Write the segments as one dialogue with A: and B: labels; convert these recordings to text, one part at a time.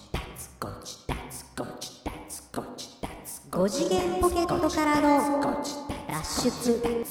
A: ゴチダツゴチダツゴチダツ5次元ポケットからの脱出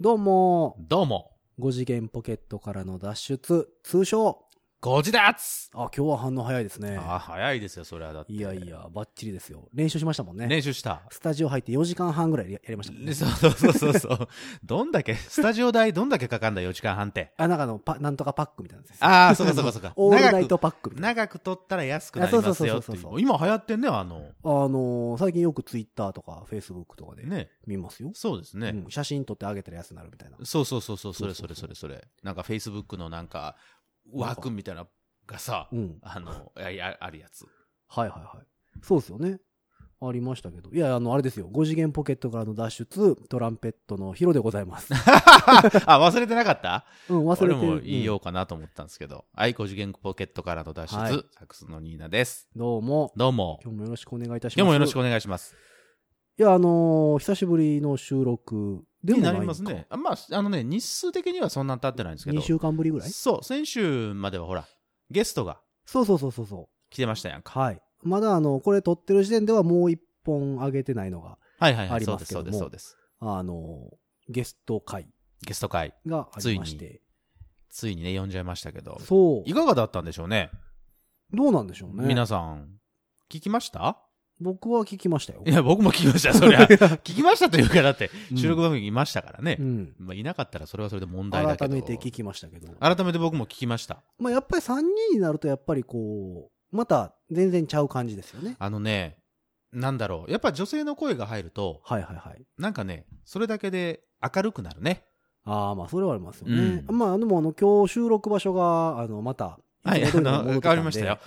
B: どうも、
C: どうも、
B: 5次元ポケットからの脱出、通称。
C: ご自立
B: あ、今日は反応早いですね。
C: ああ、早いですよ、それはだって。
B: いやいや、バッチリですよ。練習しましたもんね。
C: 練習した。
B: スタジオ入って4時間半ぐらいやりましたもんね
C: で。そうそうそうそうそう。 どんだけ、スタジオ代どんだけかかんだよ、4時間半って。
B: あ、なんかあのパ、なんとかパックみたいなやつです。。
C: ああ、そうかそうかそうか
B: オールナイト
C: 長く
B: パックみたいな。
C: 長く取ったら安くなりますよって
B: あそうそうそう
C: い
B: そうそ
C: う
B: う
C: 今流行ってんね、あの。
B: あのー最近よくツイッターとかフェイスブックとかで
C: ね。
B: 見ますよ。
C: そうですね。
B: うん写真撮ってあげたら安くなるみたいな。
C: そうそうそうそう、それ
B: そ
C: そうれ
B: そ
C: そうれそれ。なんか Facebook のなんか、枠みたいなのがさ
B: う、ん。
C: あの、いやいやある やつ。
B: はいはいはい。そうですよね。ありましたけど。いや、あの、あれですよ。5次元ポケットからの脱出、トランペットのヒロでござい ます。
C: あ、忘れてなかった
B: うん、忘れて
C: 俺も言い
B: うん
C: ようかなと思ったんですけど。はい、5次元ポケットからの脱出、
B: はい
C: サックスのニーナです。
B: どうも。
C: どうも。
B: 今日もよろしくお願いいたします。
C: 今日もよろしくお願いします。
B: いや、あのー久しぶりの収録でも
C: に
B: な
C: ないりますね。あまあ、あのね、日数的にはそんなに経ってないんですけど。
B: 2週間ぶりぐらい
C: そう、先週まではほら、ゲストが
B: そうそうそうそうそ
C: 来てましたやん
B: う。
C: か。
B: はい。まだあの、これ撮ってる時点ではもう一本上げてないのが、
C: はいはい
B: あ
C: はい、
B: り
C: そう
B: ま
C: ですす、
B: けど
C: そう
B: も
C: です、そうです。
B: あのーゲスト会
C: ゲスト会、
B: がありまして。
C: ついにね、呼んじゃいましたけど。
B: そう
C: い。かがだったんでしょうね。
B: どうなんでしょうね。
C: 皆さん、聞きました
B: 僕は聞きましたよ。
C: いや、僕も聞きました、そ りゃ。聞きましたというか、だって
B: う、ん
C: 収録番組いましたからね。
B: うん。
C: まあ、いなかったらそれはそれで問題だけ
B: 改
C: ど。
B: めて聞きましたけど。
C: 改めて僕も聞きました。
B: まあ、やっぱり3人になると、やっぱりこう、また全然ちゃう感じですよね。
C: あのね、なんだろう。やっぱ女性の声が入ると、
B: はいはいはい。
C: なんかね、それだけで明るくなるね。
B: ああ、まあ、それはありますよね。
C: う
B: まあ、でも、あの、今日収録場所が、あの、また、
C: はい、
B: つも通り
C: あ
B: に
C: の、
B: 戻って
C: 変
B: たん
C: わ
B: で
C: りまし たよ。。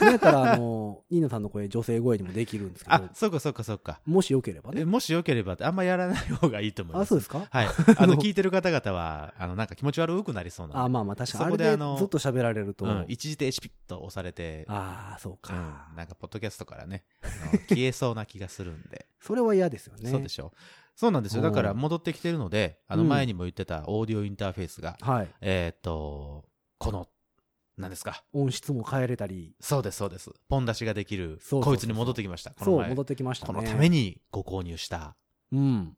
B: なんやったら、あの、ニーナさんの声、女性声にもできるんですけ
C: あ
B: ど、、
C: そうかそうかそうか。
B: もしよければ
C: え
B: ね。
C: もしよければって、あんまやらない方がいいと思い
B: あ、
C: ます。
B: そうですか
C: はい。あ
B: あ
C: の、
B: の
C: 聞いてる方々は、あの、なんか気持ち悪くなりそうな
B: あ
C: んで。
B: まあまあ、確かに。
C: そ
B: あ
C: こ
B: れ
C: で
B: で
C: あの
B: ずっと喋られると。
C: うん、一時停止ピッと押されて、
B: ああ、そう
C: う
B: か
C: ん、。なんかポッドキャストからね、あの消えそうな気がするんで。
B: それは嫌ですよ ね。
C: そうでしょ。そうなんですよ。だから戻ってきてるので、あの
B: うん
C: 前にも言ってたオーディオインターフェースが、
B: はい。
C: えーっと、この、何ですか。
B: 音質も変えれたり、
C: そうです、そうです。ポン出しができる、
B: そうそうそうそう
C: こいつに戻ってきました。この
B: そう、
C: 前
B: 戻ってきましたね。
C: このためにご購入した。
B: うん。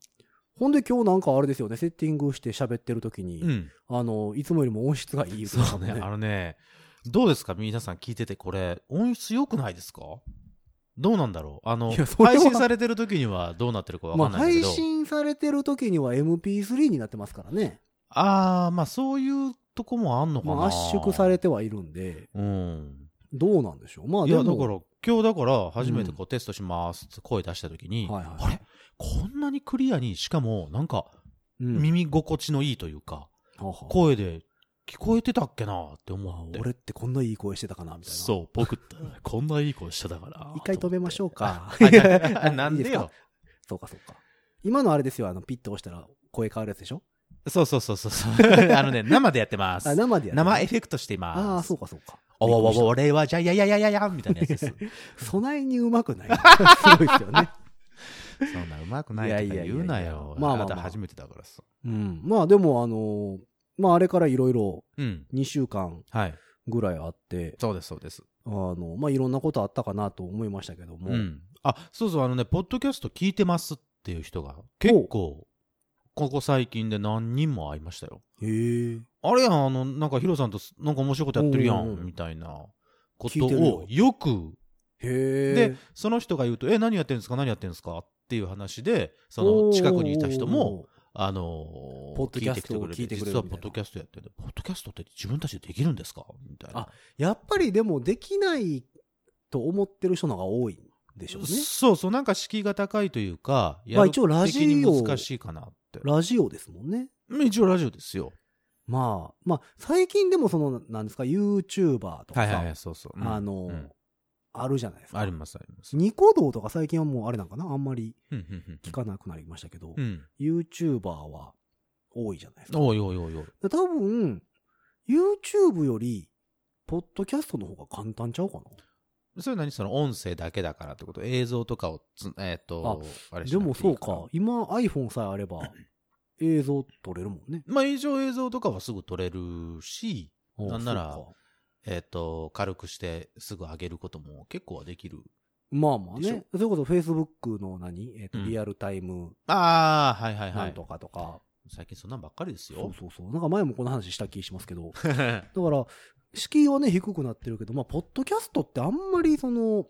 B: ほんで今日なんかあれですよね、セッティングして喋ってる時に、
C: うん。
B: あの、いつもよりも音質がいい言ってまし
C: そ
B: た
C: う
B: もん
C: ね。あのね、どうですか皆さん聞いてて、これ、音質良くないですかどうなんだろうあの、
B: いやそれは
C: 配信されてる時にはどうなってるかわ
B: ま
C: か
B: あ、
C: んないん
B: 配
C: だけど。
B: 信されてる時には MP3 になってますからね。
C: ああー、まあそういうとこもあんのか
B: ま
C: な。
B: あ、圧縮されてはいるんで、
C: うん。
B: どうなんでしょう。まあ、
C: い
B: で
C: や、
B: も、
C: だから、今日だから、初めてこうテストしますって声出した時に、
B: はいはい
C: あれこんなにクリアに、しかも、なんか、
B: うん
C: 耳心地のいいというか、
B: はは
C: 声で聞こえてたっけなって思って。
B: 俺ってこんないい声してたかなみたいな。
C: そう、僕って、こんないい声してたから。
B: 一回止めましょうか
C: と思っては いはいな
B: い
C: ん
B: い
C: で
B: ですか
C: よ。
B: そうか、そうか。今のあれですよ、あの、ピッと押したら声変わるやつでしょ
C: そうそうそうそうそう。あのね、生でやってます
B: あ、。生でやる
C: 生エフェクトしています。
B: ああ、そうか、そうか。
C: おわわわ
B: びっくり
C: 俺はじゃやややややみたいなやつです。
B: した備えにうまくない。すごいですよね。
C: そんなうまくないとか言うない
B: やいやいやいや
C: よ。
B: まあまあまあ
C: なかなか初めてだからさ。
B: うん。まあ、でも、あの、まあ、あれからいろいろ
C: うん。
B: 2週間
C: はい。
B: ぐらいあって、
C: そうです、そうです。
B: あの、まあ、いろんなことあったかなと思いましたけども、
C: うん。あ、そうそう、あのね、ポッドキャスト聞いてますっていう人が、結構、ここ最近で何人も会いましたよ。
B: へえ。
C: あれやん、あの、なんかヒロさんとすなんか面白いことやってるや
B: うんうんうん
C: ん、みたいなこ
B: 聞
C: と
B: いてるよ
C: をよく、
B: へえ。
C: で、その人が言うと、え、何やってるんですか何やってるんですかっていう話で、その
B: おー
C: 近くにいた人も、、あのー
B: ポッドキャストを
C: 聞いて
B: 聞いてく
C: きてくれて
B: れる
C: 実は
B: み
C: ポ
B: たいな
C: ッドキャストやってる。ポッドキャストって自分たちでできるんですかみたいな。
B: あやっぱりでもできないと思ってる人の方が多いんでしょうね。
C: そうそう、なんか敷居が高いというか、
B: まあ一応ラジオ
C: やる的に難しいかなって。
B: ラジオですもんね。
C: うん一応ラジオですよ。
B: まあ、まあ、最近でもその、なんですか、YouTuber とか
C: はい
B: さ、
C: はいはい、そうそう。うん
B: あの、
C: うん
B: あるじゃないですか。
C: ありますあります。
B: ニコ動とか最近はもうあれなんかなあんまり
C: うんうんうん
B: 聞かなくなりましたけど、
C: うん。
B: YouTuber は多いじゃないですか。
C: おいおいおいおい。
B: で多分、YouTube より、ポッドキャストの方が簡単ちゃうかな
C: それ何その音声だけだからってこと映像とかをつ、えっ、と、あれし
B: で
C: なく
B: も
C: てい
B: そう
C: いら
B: か。。今 iPhone さえあれば、映像撮れるもんね。
C: まあ、以上映像とかはすぐ撮れるし、
B: ああ
C: なんなら
B: そうか
C: えっ、と、軽くしてすぐ上げることも結構はできる。
B: まあまあ
C: でしょ
B: ね。それこそ Facebook の何えっ、と、
C: うん
B: リアルタイム
C: ああ、はいはいは
B: なん
C: い
B: と。かとか。
C: 最近そんなんばっかりです
B: そ
C: よ
B: う。そうそう。なんか前もこの話した気しますけど。
C: うん
B: だから、敷居はね、低くなってるけど、まあ、ポッドキャストってあんまりその、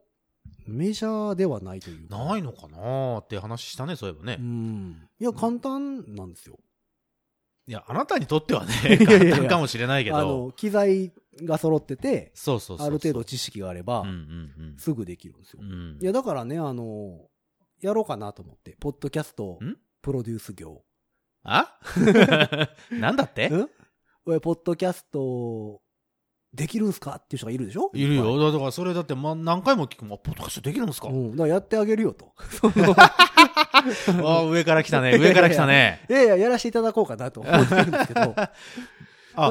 B: メジャーではないというか。
C: ないのかなーって話したね、そういえばね。
B: うん。いや、簡単なんですよ。
C: いや、あなたにとってはね、
B: いやいやいや
C: 簡単かもしれないけ
B: あ
C: ど。
B: の、機材が揃ってて、
C: そうそうそうそう。
B: ある程度知識があれば
C: うん、うん
B: すぐできるんですよ
C: う。ん。うん。
B: いや、だからね、あの、やろうかなと思って、ポッドキャスト
C: ん、
B: プロデュース業。
C: あなんだって
B: んおいポッドキャスト、できるんすかっていう人がいるでしょ
C: いる
B: っ
C: よ。だからそれだって、ま、何回も聞くもん。あポッドキャストできるんです
B: ぱ
C: か
B: いうん。だからやってあげるよと。その
C: あ上から来たね。上から来たね。
B: いやいや、やらせていただこうかなと思ってるんですけ ど、あ
C: あ、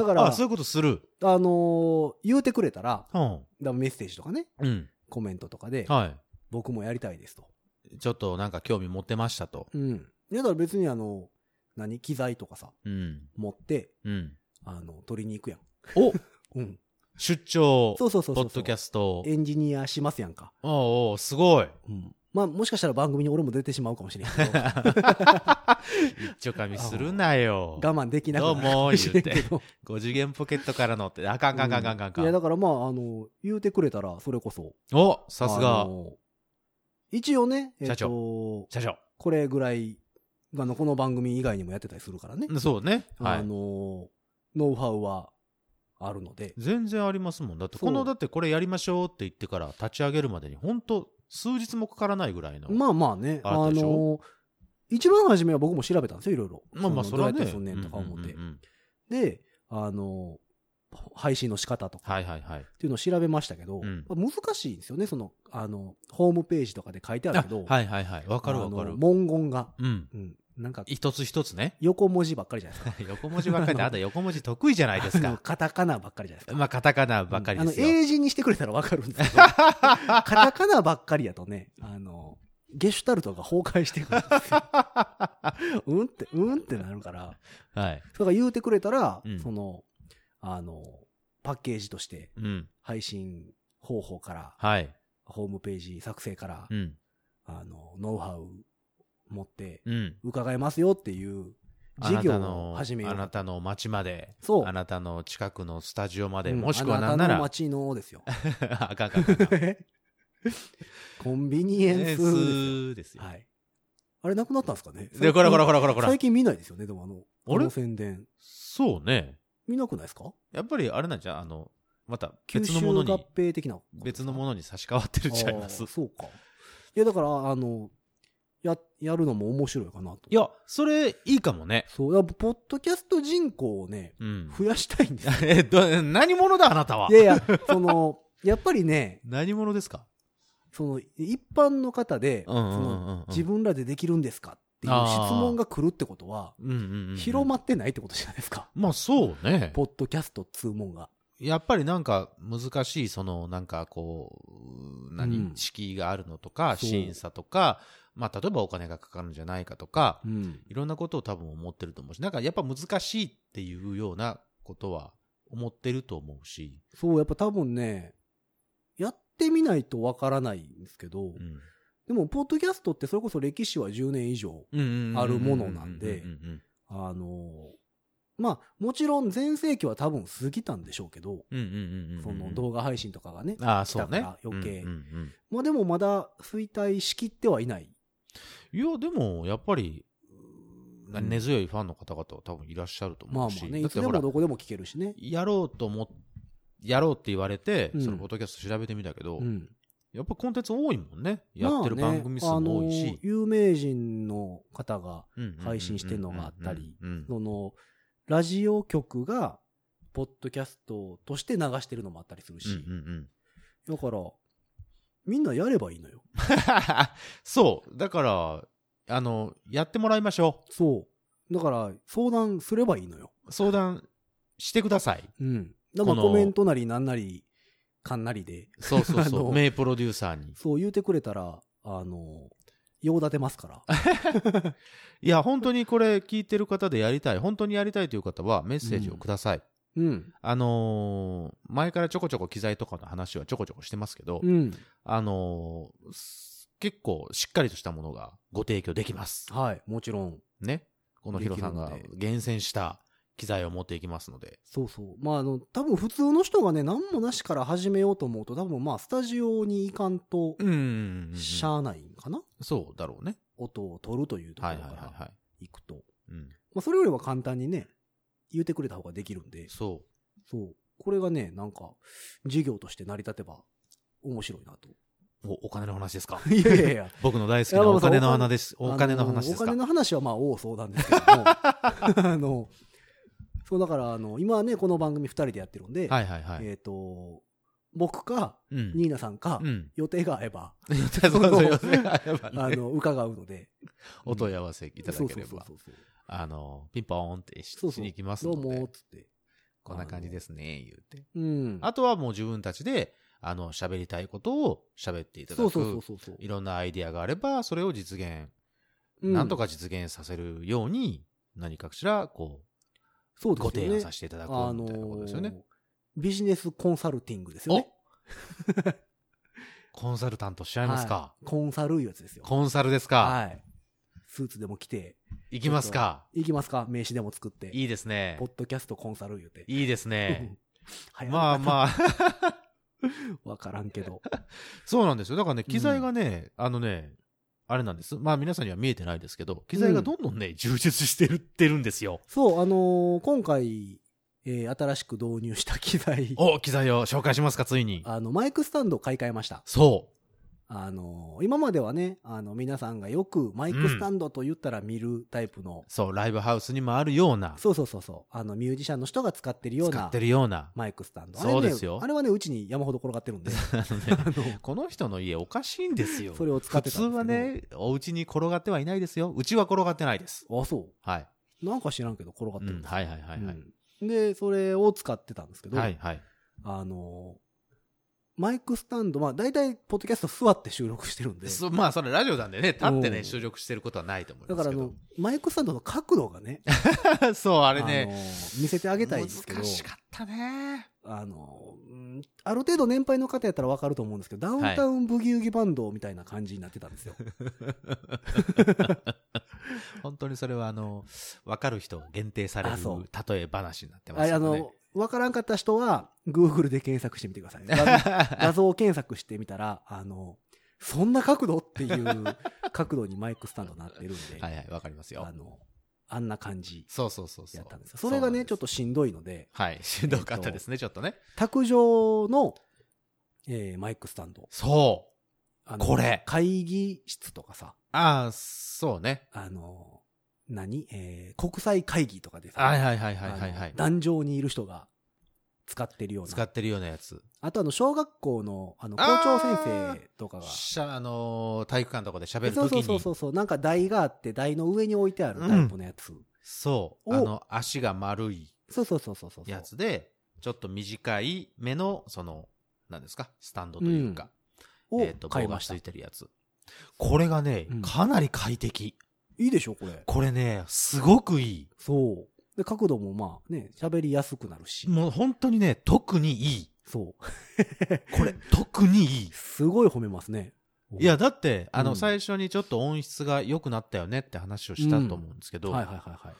B: だから
C: あそういうことする。
B: のー言うてくれたら、だか
C: うん。
B: らメッセージとかね、
C: うん。
B: コメントとかで、
C: は
B: 僕もやりたいですと。
C: い。ちょっとなんか興味持ってましたと。
B: うん。いや、だから別にあの、何機材とかさ、
C: うん。
B: 持って、
C: うん。
B: あの、取りに行くやん。
C: お
B: うん。
C: 出張、
B: そうそうそう
C: ポ
B: そう。
C: ッドキャ
B: ス
C: スト。
B: エンジニアしますやんか。
C: おうおうすごい。
B: うん。まあ、もしかしたら番組に俺も出てしまうかもしれんけど、我
C: 一丁噛みするなよ。
B: 慢できなくなる
C: どう
B: か
C: も
B: もしれんけど。
C: 5次元ポケットからのって、あかんかんかんかんかんか
B: いや、
C: ん。
B: だからまあ、あの、言うてくれたら、それこそ。
C: おさす
B: あ
C: が、
B: の。一応ね、えっ
C: 社長
B: と、
C: 社長。
B: これぐらい、あの、この番組以外にもやってたりするからね。
C: そうね。は
B: あ
C: い。
B: の、ノウハウはあるので。
C: 全然ありますもん。だって、
B: そう
C: この、だってこれやりましょうって言ってから立ち上げるまでに、ほんと、数日もかからないぐらいの。
B: まあまあね、あ
C: あったでし
B: の、一番初めは僕も調べたんですよ、いろいろ。
C: まあまあ、そ
B: の
C: れは
B: どうや
C: ね。
B: ってすんねんとか思って
C: うんう。んうんうん
B: で、あの、配信の仕方とか
C: はいはいはい。
B: っていうのを調べましたけど、
C: うん
B: 難しいんですよね、その、あの、ホームページとかで書いてあるけど、
C: はいはいはい。わかるわか
B: あの
C: る。
B: 文言が、
C: うん。
B: うん、なんか、
C: 一つ一つ ね。
B: 横文字ばっかりじゃないですか。
C: 横文字ばっかりで、あなた横文字得意じゃないです
B: あの
C: か。
B: カタカナばっかりじゃないですか。
C: まあ、カタカナばっかりです
B: あの、
C: よ。
B: 英字にしてくれたらわかるんです けど、カタカナばっかりやとね、あの、ゲシュタルトが崩壊してく るんですよ。うんって、うんってなるから、
C: はい。
B: それから言うてくれたら、
C: うん
B: その、あの、パッケージとして、
C: うん。
B: 配信方法から、
C: はい。
B: ホームページ作成から、
C: うん。
B: あの、ノウハウ持って、
C: うん。
B: 伺えますよっていう、
C: あ
B: 事
C: な
B: 業
C: た
B: を
C: の、
B: 始めよ
C: あ
B: う
C: なたの町まで、
B: そう
C: あなたの近くのスタジオまで、
B: うん
C: もしくはなんな
B: あなたの
C: ら、
B: 街のですよ。
C: あかんあかん あかん。
B: コンビニエンスですよ
C: ーですよ。
B: はい。あれ、なくなったんですかね
C: で、こらこらこらこらこら
B: 最。近見ないですよね、でもあの、
C: あれ
B: あの宣伝。
C: そうね。
B: 見なくないですか
C: やっぱりあれなんじゃん、あの、また
B: 吸
C: 別
B: 収
C: のもの
B: 合
C: に、
B: 併的な。
C: 別のものに差し替わってるんちゃいます
B: あー。そうか。いや、だから、あの、や、やるのも面白いかなと。
C: いや、それいいかもね。
B: そう、だからポッドキャスト人口をね、
C: うん。
B: 増やしたいんですよ。。
C: えど何者だあなたはい
B: やいや、その、やっぱりね、
C: 何者ですか
B: その、一般の方で、
C: うんうんうんうん
B: その自分らでできるんですかっていう質問が来るってことは、
C: うんうんうん、
B: 広まってないってことじゃないですか。
C: まあそうね。
B: ポッドキャストっつうもんが。
C: やっぱりなんか難しい、そのなんかこう、何、
B: うん
C: 敷居があるのとか、
B: そう
C: 審査とか、まあ例えばお金がかかるんじゃないかとか、
B: うん。
C: いろんなことを多分思ってると思うし、なんかやっぱ難しいっていうようなことは思ってると思うし、
B: そう、やっぱ多分ね、やってみないとわからないんですけど、
C: うん
B: でも、ポッドキャストってそれこそ歴史は10年以上、
C: うんうんうんうん
B: あるものなんで
C: うんうん
B: あのーまあ、もちろん全盛期は多分過ぎたんでしょうけど、
C: うんうんうんうんうん
B: その動画配信とかがね、
C: ああ、そ
B: 来
C: う
B: た
C: ね
B: から。余計
C: うんうんうん
B: まあでもまだ衰退しきってはいない。
C: いや、でも、やっぱり、
B: う
C: うー
B: ん
C: ん根強いファンの方々は多分いらっしゃると
B: ま
C: 思
B: あ
C: う
B: ま
C: し、
B: あね、
C: だ
B: い
C: っ
B: つ
C: て
B: で
C: ほ
B: も
C: ら
B: ど、こでも聞けるしね。
C: やろうと思っやろうって言われて、
B: うん
C: そのポッドキャスト調べてみたけど、
B: うん。
C: やっぱコンテンツ多いもんね。やってる
B: まあね
C: 番組数も多い
B: あのー
C: し。
B: 有名人の方が、
C: うんうんうんうん
B: 配信してんのがあったり
C: うんうん
B: その、ラジオ局が、ポッドキャストとして流してるのもあったりするし、
C: うんうんうん
B: だから、みんなやればいいのよ。
C: そう。だから、あの、やってもらいましょ
B: そう。だから、相談すればいいのよ。
C: う。相談してく ださい。
B: うん。だからまあ
C: こ
B: コ
C: の
B: メントなりなんなり、かんなりで、
C: そうそう
B: あ
C: そ
B: の
C: う。名プロデューサーに。
B: そう言うてくれたら、あの、用立てますから。
C: いや、本当にこれ聞いてる方でやりたい。本当にやりたいという方はメッセージをください。
B: うん。
C: あのー前からちょこちょこ機材とかの話はちょこちょこしてますけど、
B: うん。
C: あのーす結構しっかりとしたものがご提供できます。
B: はい。もちろん。
C: ね。このヒロさんが
B: できるの
C: 厳選した機材を持っていきますので。
B: そうそう。まあ、あの、多分普通の人がね、何もなしから始めようと思うと、多分まあ、スタジオに行かんと、
C: うんうんうんうん。
B: しゃあないんかな、
C: そうだろうね。
B: 音を取るというとこ
C: は
B: ろ
C: い
B: か
C: はいはい
B: ら
C: はい。
B: 行くと。
C: うん、
B: まあ、それよりは簡単にね、言ってくれた方ができるんで、
C: そ
B: そう。これがね、なんか、事業として成り立てば、面白いな と。
C: う。おお金の話ですか
B: いやいやいや。
C: 僕の大好きなお金の話です。お金の話で
B: あ
C: す
B: のお
C: か
B: 金の話はまあ、大相談ですけども。 あの、そう、だから、あの、今はね、この番組二人でやってるんで、
C: はいはいはい。
B: えっ、と、僕か、
C: うん。
B: ニーナさんか、
C: うん。
B: 予定が合え ば、
C: そうそうそうそう
B: あの、伺うので。
C: お問い合わせいただけれ
B: そう
C: ば
B: そ、うそう
C: あの、ピンポーンってし
B: そう。
C: しに行きます
B: どう
C: の
B: も
C: で
B: ー、つって。
C: こんな感じですね、言うて。
B: うん。
C: あとはもう自分たちで、あの、喋りたいことを喋っていただく。
B: そうそうそうそう。
C: いろんなアイディアがあれば、それを実現、
B: うん
C: なんとか実現させるように、何かしら、こ
B: そう
C: う、
B: です
C: ご
B: よね
C: 提案させていただく
B: あの
C: みたいなことですよね。
B: ービジネスコンサルティングですよね。
C: コンサルタントしちゃいますか、
B: コンサルいうやつですよ。
C: コンサルですか、
B: はい。スーツでも着て、
C: 行きますか
B: 行きますか名刺でも作って。
C: いいですね
B: ポ。ッドキャストコンサル言うて。
C: いいです ね。ま
B: ま
C: あ
B: あま
C: まあ、
B: あ。わからんけど。
C: そうなんですよ。だからね、機材がね、あのね、あれなんです。まあ皆さんには見えてないですけど、機材がどんどんね、充実してるってるんですよ。
B: そう、あのー今回、えー新しく導入した機材。
C: お、機材を紹介しますか、ついに。
B: あの、マイクスタンドを買い替えました。
C: そ
B: あのー今まではね、あの、皆さんがよくマイクスタンドと言ったら見るタイプの
C: う。、そう、ライブハウスにもあるような、
B: そうそうそうそう、あの、ミュージシャンの人が使ってるよう
C: 使っ
B: な
C: てるよ うな。
B: マイクスタンド。
C: そうですよ
B: あれ,、ね、あれはね、うちに山ほど転がってるんで、
C: あのね
B: あの、
C: この人の家おかしいんですよ。
B: それを使って
C: 普
B: た
C: 通
B: んですけど
C: は、ね、お家に転がってはいないですよ。うちは転がってないです。
B: あ、そ
C: はい。
B: う。なんか知らんけど転がっ
C: う
B: てるん
C: ん、
B: ですよ
C: はいはいはいはい。
B: うんで、それを使ってたんですけど、
C: はいはい。
B: あのーマイクスタンド、まあ、大体、ポッドキャスト座って収録してるんで、
C: そまあ、それラジオなんでね、立って
B: う
C: ね、
B: ん
C: 収録してることはないと思い
B: だ
C: ま
B: か
C: す
B: らあ
C: け
B: の
C: ど。、
B: マイクスタンドの角度がね、
C: そう、あ
B: あ
C: れね、
B: のー見せてあげたいですけど
C: 難、しかったね。
B: あのーうんある程度年配の方やったらわかると思うんですけど、ダウンタウンブギウギバンドみたいな感じになってたんですよ。
C: 本当にそれはあの、わかる人限定される
B: あそう
C: 例え話になって
B: あ
C: ます
B: れあ
C: よね。
B: の、わからんかった人は、Google で検索してみてくだ さい。画像画像検索してみたら、あの、そんな角度っていう角度にマイクスタンドなってるんで、
C: はいはい、わかりますよ
B: あ。の、あんな感じ
C: そうそうそうそ
B: や
C: う
B: ったんですよ。それがね、ちょっと、しんどいので、
C: そうなんですはい、しんどかったですね、ちょっとね。
B: 卓上の、えーマイクスタンド。
C: そう。
B: あの
C: これ
B: 会議室とかさ、
C: ああ、そうね。
B: あの、何えー国際会議とかでさ、
C: はいはいはいはいはいは
B: あ
C: い
B: の。壇上にいる人が使ってるよう
C: 使
B: な。
C: ってるようなやつ。
B: あとあの、小学校の、あの、校
C: あ
B: 長
C: ー
B: 先生とかが、
C: しゃ、あのー体育館とかで喋る
B: そう
C: とき
B: そう
C: に。
B: そうそうそう、なんか台があって、台の上に置いてあるタイプのやつ。
C: そう。
B: お
C: あの、足が丸い
B: そうそうそうそうそう。
C: やつで、ちょっと短い目の、その、何ですか、スタンドというか、
B: を
C: えっ、と、
B: 買い
C: 棒
B: ま
C: が
B: した。い
C: ついてるやつ。これがね、
B: うん
C: かなり快適。
B: いでしょ、これ。
C: これね、すごくい
B: そう。で、角度もまあね、喋りやすくなるし
C: い。。もう本当にね、特にいい。
B: そう。
C: これ、特にいい。
B: すごい褒めますね。
C: いや、だって、あ
B: う
C: の、
B: ん
C: 最初にちょっと音質が良くなったよねって話をしたと思うんですけど、
B: はいはいはいは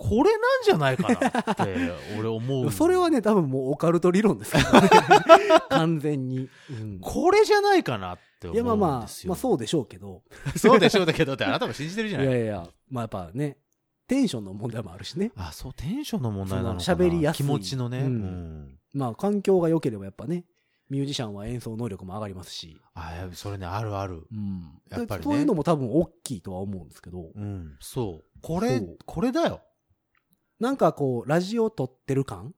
C: これなんじゃないかなって、 俺思う。
B: い。それはね、多分もうオカルト理論ですから ね。完全に。うん
C: これじゃないかなって思
B: い
C: うんです
B: や、
C: よ。
B: まあまあ、まあそううでしょうけど。
C: そうでしょうだけどって、あなたも信じて る
B: い
C: じゃ
B: や
C: ない
B: いやいや、まあやっぱね、テンションの問題もあるしね。
C: あ、そう、テンションの問題なの
B: そ
C: か
B: の
C: な。
B: 喋りやすい
C: 気持ちのね。
B: うん
C: うん。
B: まあ環境が良ければやっぱね、ミュージシャンは演奏能力も上がりますし。
C: あ、いやそれね、あるある。
B: うん。
C: やっぱりね
B: そういうのも多分大きいとは思うんですけど、
C: うん。そう。これ
B: そう、
C: これだよ。
B: なんかこう、ラジオ撮ってる感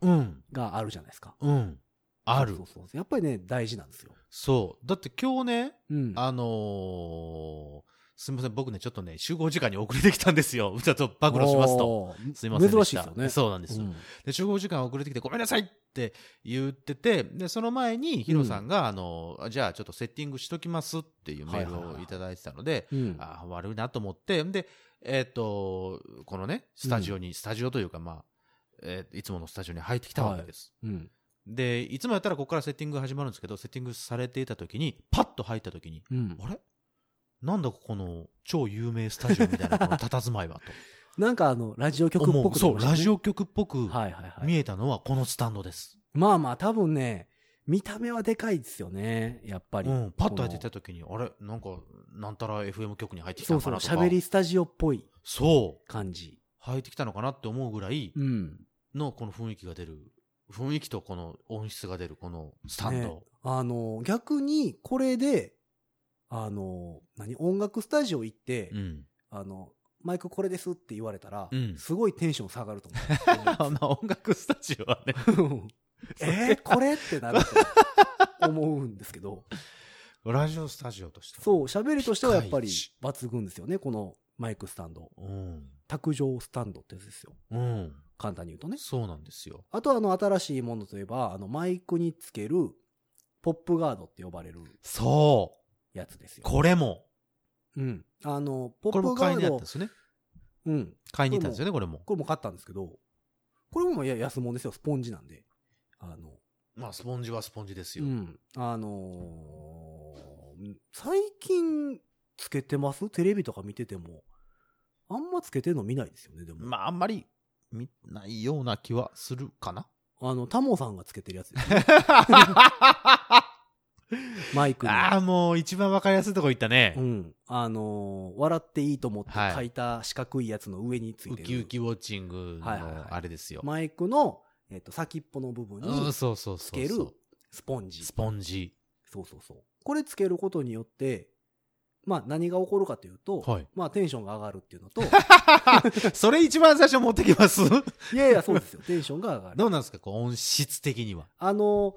C: うん。
B: があるじゃないですか。
C: うん。あ
B: そ
C: る
B: う。そうそうやっぱりね、大事なんですよ。
C: そう。だって今日ね、
B: うん。
C: あのー、すみません、僕ね、ちょっとね、集合時間に遅れてきたんですよ。 歌と暴露しますと。
B: おー
C: すいませんで
B: 珍
C: し
B: しいで
C: た。
B: すよね。
C: そうなんです、
B: うん
C: で、集合時間遅れてきて、ごめんなさいって言ってて、で、その前にヒロさんが、あのー、じゃあちょっとセッティングしときますっていうメー
B: はいはい
C: ル
B: は
C: を
B: い
C: いただいてたので、
B: うん
C: あー悪いなと思って、んで、えっ、と、このね、スタジオに、スタジオというか、まあ、えーいつものスタジオに入ってきたわけです。
B: うん。
C: で、いつもやったらここからセッティングが始まるんですけど、セッティングされていた時に、パッと入った時に、
B: うん。
C: あれなんだこの超有名スタジオみたいなこの佇まいは
B: なんかあの、ラジオ
C: と。
B: 局っぽく、
C: そう、ラジオ局っぽく
B: はいはいはい。
C: 見えたのはこのスタンドです。
B: まあまあ、多分ね、見た目はでかいですよね、やっぱり。
C: うん、パッと入ってき
B: こ
C: た時に、あれなんか、なんたら FM 局に入って
B: の
C: きた
B: そう
C: のか
B: そう、
C: なとか。
B: 喋りスタジオっぽい
C: そう。
B: 感じ。
C: 入ってきたのかなって思うぐらい
B: うん。
C: のこの雰囲気が出る。雰囲気とこの音質が出るこのスタンド。
B: ねあの、逆に、これで、あの、何、音楽スタジオ行って、
C: うん。
B: あの、マイクこれですって言われたら、
C: うん
B: すごいテンション下がると
C: あの音楽スタジオはね、
B: 思う。えー、これってなると思うんですけど、
C: ラジオスタジオとして。
B: そう、喋りとしてはやっぱり
C: ピカ
B: 抜群ですよね、このマイクスタンド。
C: う。うん。
B: 卓上スタンドってやつですよ。
C: うん。
B: 簡単に言うとね。
C: そうなんですよ。
B: あとはあの新しいものといえば、あのマイクにつけるポップガードって呼ばれる
C: そう。
B: やつですよ。
C: これも。
B: うん。あの、ポ
C: こ
B: ッ
C: れも
B: プ
C: 買
B: ガ
C: い
B: ー
C: に行
B: ド
C: ったんで、すよね。
B: うん。
C: 買いに行ったんですよね、これも。
B: これも買ったんですけど、これもいや安物ですよ。スポンジなんで。あの、
C: まあ、スポンジはスポンジです
B: う
C: よ。
B: ん。あのー最近つけてますテレビとか見てても。あんまつけてるの見ないですよね、でも。
C: まあ、あんまり見ないような気はするか な。
B: あの、タモさんがつけてるやつです ねマイクに。
C: ああ、もう一番わかりやすいとこ行ったね。
B: うん。あのー笑っていいと思って
C: はい
B: 書いた四角いやつの上についてる。
C: ウキウキウォッチング
B: はいはいはい
C: のあれですよ。
B: マイクの、えっと先っぽの部分
C: う
B: に
C: ん、そうそうそうそう。
B: つけるスポンジ。
C: スポンジ。
B: そうそうそう。これつけることによって、まあ何が起こるかというと、
C: はい
B: まあテンションが上がるっていうのと、
C: それ一番最初持ってきます
B: いやいや、そうですよ。テンションが上がる。
C: どうなんですかこう音質的には。
B: あの、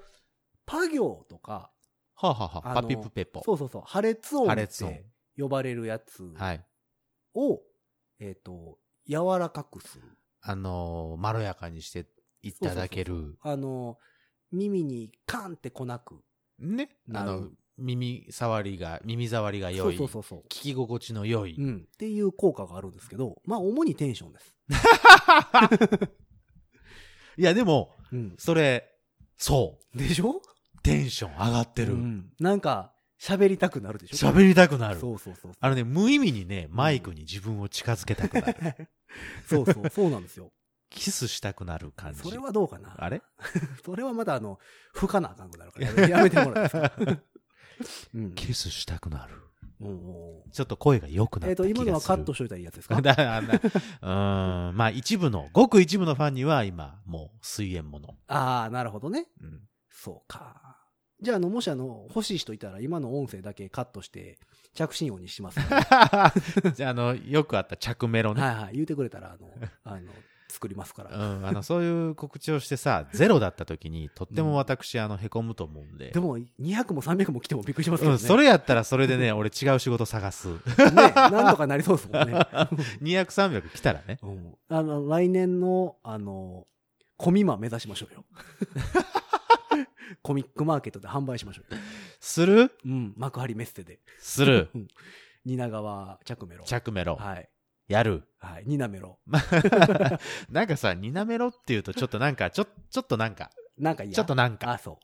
B: パ行とか、
C: はあ、はあはあ
B: あの
C: パピプペポ。
B: そうそうそう、破裂音
C: 破
B: っ
C: 裂音
B: て呼ばれるやつ
C: はい。
B: を、えっ、と、柔らかくする。
C: あのーまろやかにしていただける。
B: あの、耳にカンってこなく。
C: ね。あ
B: な
C: の
B: る、
C: 耳触りが、耳触りが
B: そ
C: 良
B: う
C: い。
B: そうそうそう。
C: 聞き心地の良い。
B: うん。っていう効果があるんですけど、まあ、主にテンションです。
C: いや、でも、
B: うん。
C: それ、そう。
B: でしょ
C: テンション上がって
B: う
C: る。
B: ん。なんか、喋りたくなるでしょ
C: 喋りたくなる。
B: そうそうそう。
C: あのね、無意味にね、マイクに自分を近づけたくなる。
B: そうそう、そうなんですよ。
C: キスしたくなる 感じ。
B: それはどうかな
C: あれ
B: それはまだあの、不可なあかんくなるからやめ、 やめてもらっていいです か。うん。
C: キスしたくなる。
B: うんうん
C: ちょっと声が良くな
B: えっ、
C: った気がす
B: と、
C: る。
B: 今のはカットしといたらいいやつですか
C: だあんなうーん。まあ、一部の、ごく一部のファンには今、もう、水煙もの。
B: ああ、なるほどね。
C: うん。
B: そうか。じゃあ、あの、もしあの、欲しい人いたら、今の音声だけカットして、着信音にします ので、
C: じゃあ、あの、よくあった着メロね。
B: はいはい。言うてくれたら、あの、あの、作りますか
C: う
B: ら。
C: ん、あの、そういう告知をしてさ、ゼロだった時に、とっても私、あの、凹むと思うんで。
B: でも、200も300も来てもびっくりしますけ
C: う
B: どね。
C: ん、それやったらそれでね、 俺違う仕事探す。
B: ね、なんとかなりそうですもん ね。
C: 200、300来たらね。
B: うん、あの、来年の、あの、コミマ目指しましょ うよ。コミックマーケットで販売しましょうよ。
C: する
B: うん、幕張メッセで。
C: する。
B: 蜷川着メロ。
C: 着メロ。
B: はい。
C: や る。
B: はい。ニナメロ。
C: なんかさ、になめろって言うと、ちょっとなんか、ちょ、ちょっとなんか、
B: なんかいいや。
C: ちょっとなん
B: あ、
C: か、
B: そ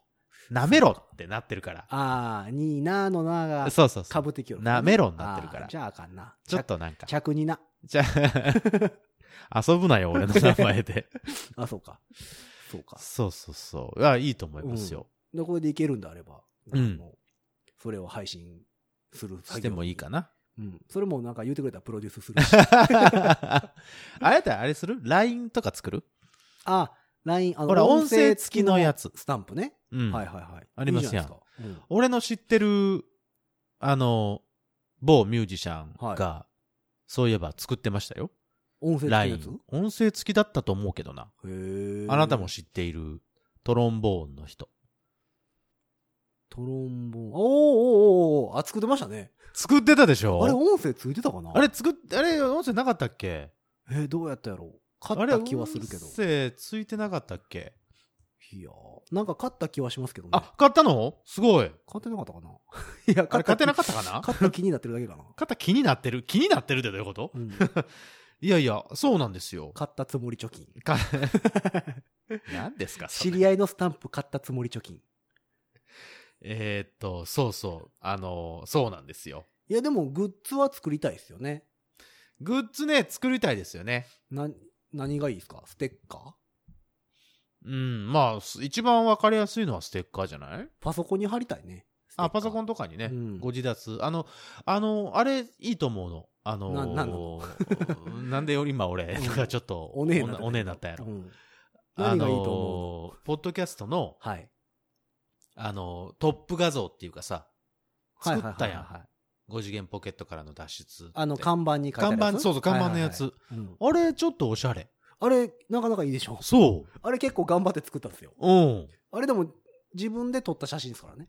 B: う。
C: なめろってなってるから。
B: あー、ニーナーのナーが、
C: そうそうそ
B: か
C: う。
B: ぶってきよる。
C: なめろになってるから
B: あーじゃああかんな。
C: ちょっとなんか
B: 着。。着ニナ。
C: じゃあ、遊ぶなよ、俺の名前で。
B: あ、そうか。そうか。
C: そうそうそう。あいいと思いますよ。
B: で、これでいけるんであれば、
C: うん
B: あのそれを配信する作業
C: してもいいかな。
B: うん。それもなんか言うてくれたらプロデュースするし。
C: あれだ、あれする ?LINE とか作る
B: あ、LINE、あの、
C: ほら、音声付きのやつ。
B: スタンプね。
C: うん。
B: はいはいはい。
C: ありますや
B: いい
C: ん
B: じゃないですか
C: 俺の知ってる、あの、某ミュージシャンが、そういえば作ってましたよ。
B: うん音声付きのや
C: LINE。音声付きだったと思うけどな。
B: つへえ。
C: あなたも知っているトロンボーンの人。
B: トロンボーン。おーおーおーおーあ、作ってましたね。
C: 作ってたでしょ
B: あれ、音声ついてたかな
C: あれ作っ、あれ音声なかったっけ
B: えーどうやったやろう
C: あ
B: 勝っ
C: れ
B: た気はするけど
C: 音。声ついてなかったっけ
B: いやーなんか勝った気はしますけどね。
C: あ、買ったのすごい。
B: 勝てなかったかな いや、
C: あれ買ってな
B: か
C: かったかな
B: 勝った気になってるだけかな。
C: 買った気になってる気になってるってどういうこと
B: うん
C: いやいや、そうなんですよ。
B: 買ったつもり貯金。
C: か何ですかそ
B: 知
C: れ
B: り合いのスタンプ買ったつもり貯金。
C: えーっと、そうそう。あの、そうなんですよ。
B: いや、でもグッズは作りたいですよね。
C: グッズね、作りたいですよね。
B: な、何がいいですかステッカー
C: うん、まあ、す一番わかりやすいのはステッカーじゃない
B: パソコンに貼りたいね。
C: あ、パソコ
B: ン。
C: ンとかにね、
B: うん
C: ご自立。あの、あの、あれ、いいと思うの。あの
B: ななん
C: ー なんでよ、今俺、
B: うん
C: なんかちょっと、
B: おねえなったけど
C: おねえなったやろ。
B: うん。
C: あ
B: 何
C: の
B: がいいと思う
C: ーポッドキャストの、
B: のはい。
C: あのートップ画像っていうかさ、
B: はい
C: 作ったやん
B: はいはいはいはい
C: 5次元ポケットからの脱出って。
B: あの、看板に書いてあ
C: 看
B: るや
C: 板、
B: つ。
C: そうそう、看板のやつ。
B: はいはいはい。うん
C: あれ、ちょっとおしゃれ。
B: あれ、なかなかいいでしょ
C: そ
B: あれ結構頑張って作ったんですよ。
C: う。うん。
B: あれでも、自分で撮った写真ですからね。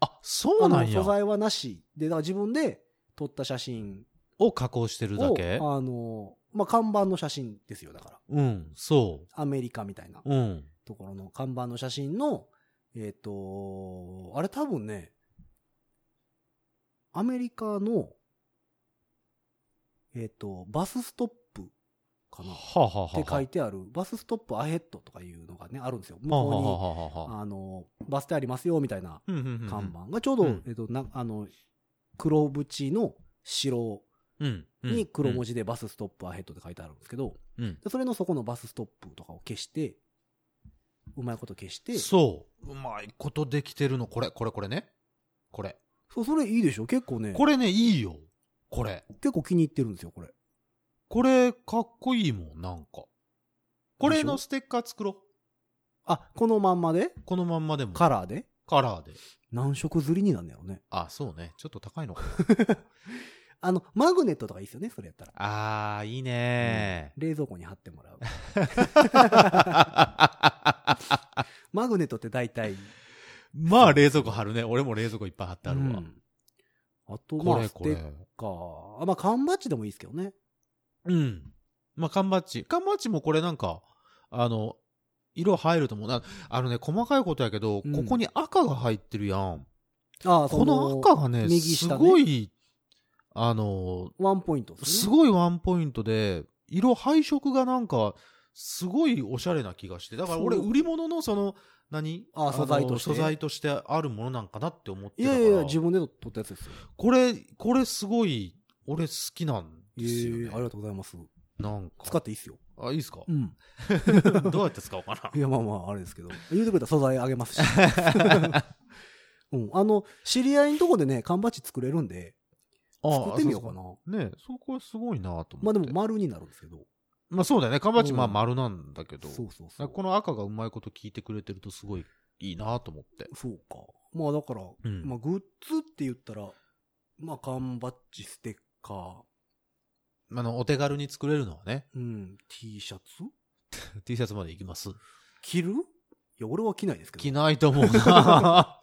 C: あ、そうなん
B: あの
C: や
B: 素。材はなしで、だから自分で撮った写真
C: を加工してるだ
B: を、
C: け
B: あの、まあ、看板の写真ですよ、だから。
C: うん、そ
B: アメリカみたいな
C: う。うん。
B: ところの看板の写真の、えっ、と、あれ多分ね、アメリカの、えっ、と、バスストップかな。
C: はあ、はあはあ
B: って書い
C: て
B: てある、バスストップアヘッドとかいうのがね、あるんですよ。向
C: はあはあ
B: こ
C: はあ
B: う
C: は
B: に、
C: あ
B: あの、バス停ありますよ、みたいな
C: うんうんうんうん
B: 看板が、ちょうど、
C: うん
B: えっと、な、あの、黒縁の城
C: うんうん
B: に黒文字でバスストップアヘッドって書いてあるんですけど、
C: うんうん
B: でそれのそこのバスストップとかを消して、うまいこと消して、そ
C: そう。うまいことできてるの。これ、これ、これね。これ。
B: う、それいいでしょ結構ね、
C: これね、いいよ。これ。
B: 結構気に入ってるんですよ、これ。
C: これ、かっこいいもん、なんか。これのステッカー作ろ
B: あ、このまんまで
C: う。このまんまでも。
B: カラーで
C: カラーで。
B: 何色刷りになんだろうね。
C: あ、そうね。ちょっと高いのか
B: あの、マグネットとかいいですよね、それやったら。
C: な。あー、いいね
B: 冷蔵庫に貼ってもらう。 マグネットって大体。
C: まあ、冷蔵庫貼るね。俺も冷蔵庫いっぱい貼ってあるわ。
B: うんあと、ま
C: こ
B: あ、
C: れ、
B: ス
C: こ
B: テ
C: れ
B: ッ。カー。あ、まあ、缶バッジでもいいですけどね。
C: うん。まあ、缶バッジ。缶バッジもこれなんか、あの、色入ると思うな。あのね、細かいことやけど、
B: うん
C: ここに赤が入ってるやん。
B: ああ、
C: この赤がね、
B: 右
C: す
B: 下ね
C: ごい、あの、
B: ワンポイントです
C: す
B: ね。
C: ごいワンポイントで、色配色がなんか、すごいおしゃれな気がして。だから俺、
B: そう
C: 売り物のその、何
B: あ
C: の
B: 素材として
C: 素材としてあるものなんかなって思って
B: い
C: たか
B: や
C: ら。
B: いやいや、自分で撮ったやつですよ。
C: これ、これすごい、俺好きなん
B: え
C: ですよ、ね
B: えありがとうございます。
C: なんか。
B: 使っていいっすよ。
C: あ、いいで すか
B: うん。
C: どうやって使お うかな。
B: いや、まあまあ、あれですけど。言うてくれたら素材あげ ますし。うん。あの、知り合いのとこでね、缶バッジ作れるんで、作ってみようかな。
C: な。ねそこはすごいなと思
B: まあ
C: って。
B: でも、丸になるんですけど。
C: まあそうだよね。缶バッチ、
B: うん
C: まあ丸なんだけど。
B: そうそうそう。
C: この赤がうまいこと聞いてくれてるとすごいいいなと思って。
B: そうか。まあだから、
C: うん
B: まあグッズって言ったら、まあ缶バッジ、ステッカー、
C: あの、お手軽に作れるのはね、
B: うん、T シャツ
C: T シャツまでいき ます。
B: 着るいや、俺は着ないですけど。
C: 着ないと思 うな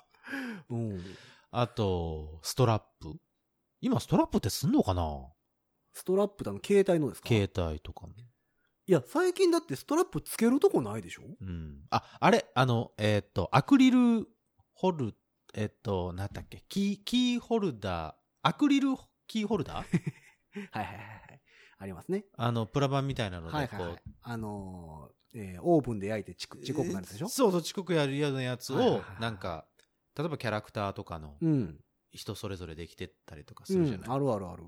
B: うん。
C: あと、ストラップ。今、ストラップってすんのかな
B: ストラップだの、携帯のですか
C: 携帯とかね。
B: いや、最近だってストラップつけるとこないで しょ
C: うん。あ、あれ、あの、えーっと、アクリルホル、えーっと、なんだっけ、キー、キーホルダー、アクリルキーホルダー
B: はいはいはいはい。ありますね。
C: あの、プラ板みたいなので、こう、
B: はいはいはい。あのー、えーオーブンで焼いてチク、チクくなるやつでしょ、
C: そうそう、遅刻やるようなやつ
B: はいはい
C: を
B: は、い
C: なんか、例えばキャラクターとかの
B: うん。
C: 人それぞれできてったりとかす
B: う
C: るじゃ
B: ん。
C: ない、
B: あるあるある。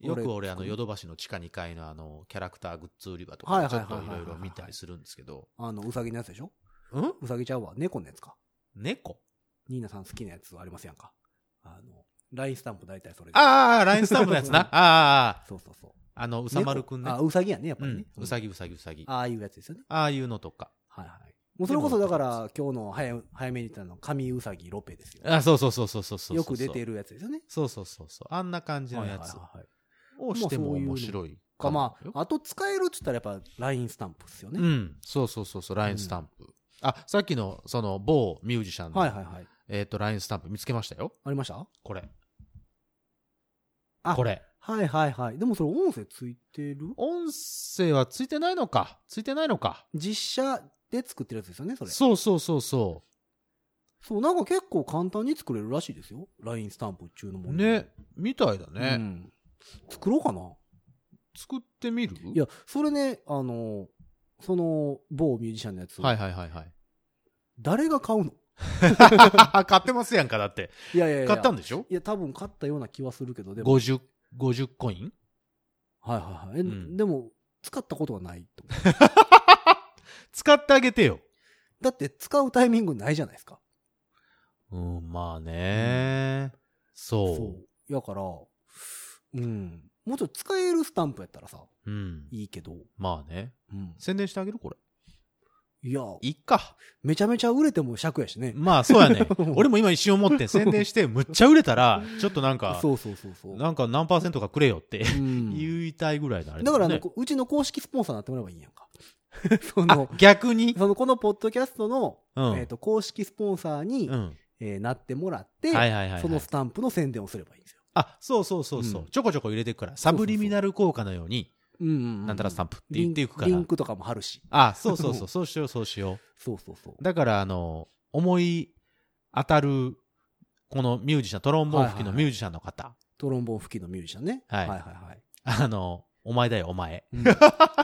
C: よく俺、あの、
B: 作る
C: ヨドバシの地下2階のあの、キャラクターグッズ売り場と
B: はい
C: か、
B: はい
C: ちょ
B: はい
C: っと
B: はい
C: い
B: はい
C: ろいろ見たりするんですけど、
B: あの、うさぎのやつでしょ
C: うん
B: うさぎちゃうわ。猫のやつか。
C: 猫
B: ニーナさん好きなやつありますやんか。あの、ラインスタンプ大体それで。
C: ああ、ラインスタンプのやつ な。ああ、
B: そうそうそう。
C: あの、うさまるくんね
B: 猫あ、。うさぎやね、やっぱ
C: う
B: りね
C: ん。、うさぎうさぎうさぎ。あ
B: ああいうやつですよね。
C: あいうのとか。
B: はいはい。もうそれこそだから、今日の早い早めに言ったの、神うさぎロペですよ。
C: あそうそうそうそうそうそうそう。
B: よく出てるやつですよね。
C: そうそうそうそう。あんな感じのや
B: はい
C: つ
B: はいはい
C: をしても面白いか
B: か
C: も
B: ま
C: よ
B: あ、あと使えるって言ったらやっぱ、ラインスタンプですよ
C: う
B: ね。
C: ん。そうそうそうそう、ラインスタンプ。あ、さっきの、その、某ミュージシャンの、
B: はいはいはい。
C: えっ、と、ラインスタンプ見つけましたよ。
B: ありました
C: これ。
B: あ
C: これ。
B: はいはいはい。でもそれ音声ついてる
C: 音声はついてないのか。ついてないのか。
B: 実写で作ってるやつですよね、それ。
C: そうそうそうそ
B: そう、なんか結構簡単に作れるらしいですよ。ラインスタンプ中のも
C: う。
B: の。
C: ね。みたいだね。
B: うん。作ろうかな。
C: 作ってみる
B: いや、それね、あの、その某ミュージシャンのやつ、
C: はいはいはいはい。
B: 誰が買うの
C: 買ってますやんか、だって。
B: いやいやいや。
C: 買ったん
B: い
C: でしょ
B: や、多分買ったような気はするけど、でも。
C: 50、50コイン
B: はいはいはい。え
C: うん
B: でも、使ったことはないと思う
C: 使ってあげてよ。
B: だって、使うタイミングないじゃないですか。
C: うん、まあね、そ
B: そう。やから、うん。もうちょっと使えるスタンプやったらさ、
C: う。うん。
B: いいけど。
C: まあね。
B: うん。
C: 宣伝してあげるこれ。
B: いや、
C: いっか。
B: めちゃめちゃ売れても尺やしね。
C: まあそうや ね。俺も今一瞬思って宣伝して、むっちゃ売れたら、ちょっとなんか、
B: そうそうそうそう。
C: なんか何パーセントかくれよって
B: うん、
C: 言いたいぐらいだね。
B: だから、
C: ね
B: ね、、こううちの公式スポンサーになってもらえばいいんやん か。その
C: あ、逆に、
B: そのこのポッドキャストの、
C: うん。
B: えっと公式スポンサーに、
C: うん。
B: えーなってもらって、
C: はいはいはいはい。
B: そのスタンプの宣伝をすればいいんですよ。
C: あ、そうそうそうそう、
B: うん
C: ちょこちょこ入れていくから、サブリミナル効果のように、
B: うんうう
C: なんたらスタンプって
B: リ
C: 言
B: ン
C: っていくか
B: リ
C: ら
B: ン。クとかも貼るし。
C: あ、そうそうそう、そうしよう、そうしよ
B: そうそうそう
C: う。。だから、あの、思い当たる、このミュージシャン、トロンボーン吹きのミュージシャンの方、
B: トロンボーン吹きのミュージシャンね。
C: はい
B: はいはい はい
C: あの、お前だよ、お前。
B: うん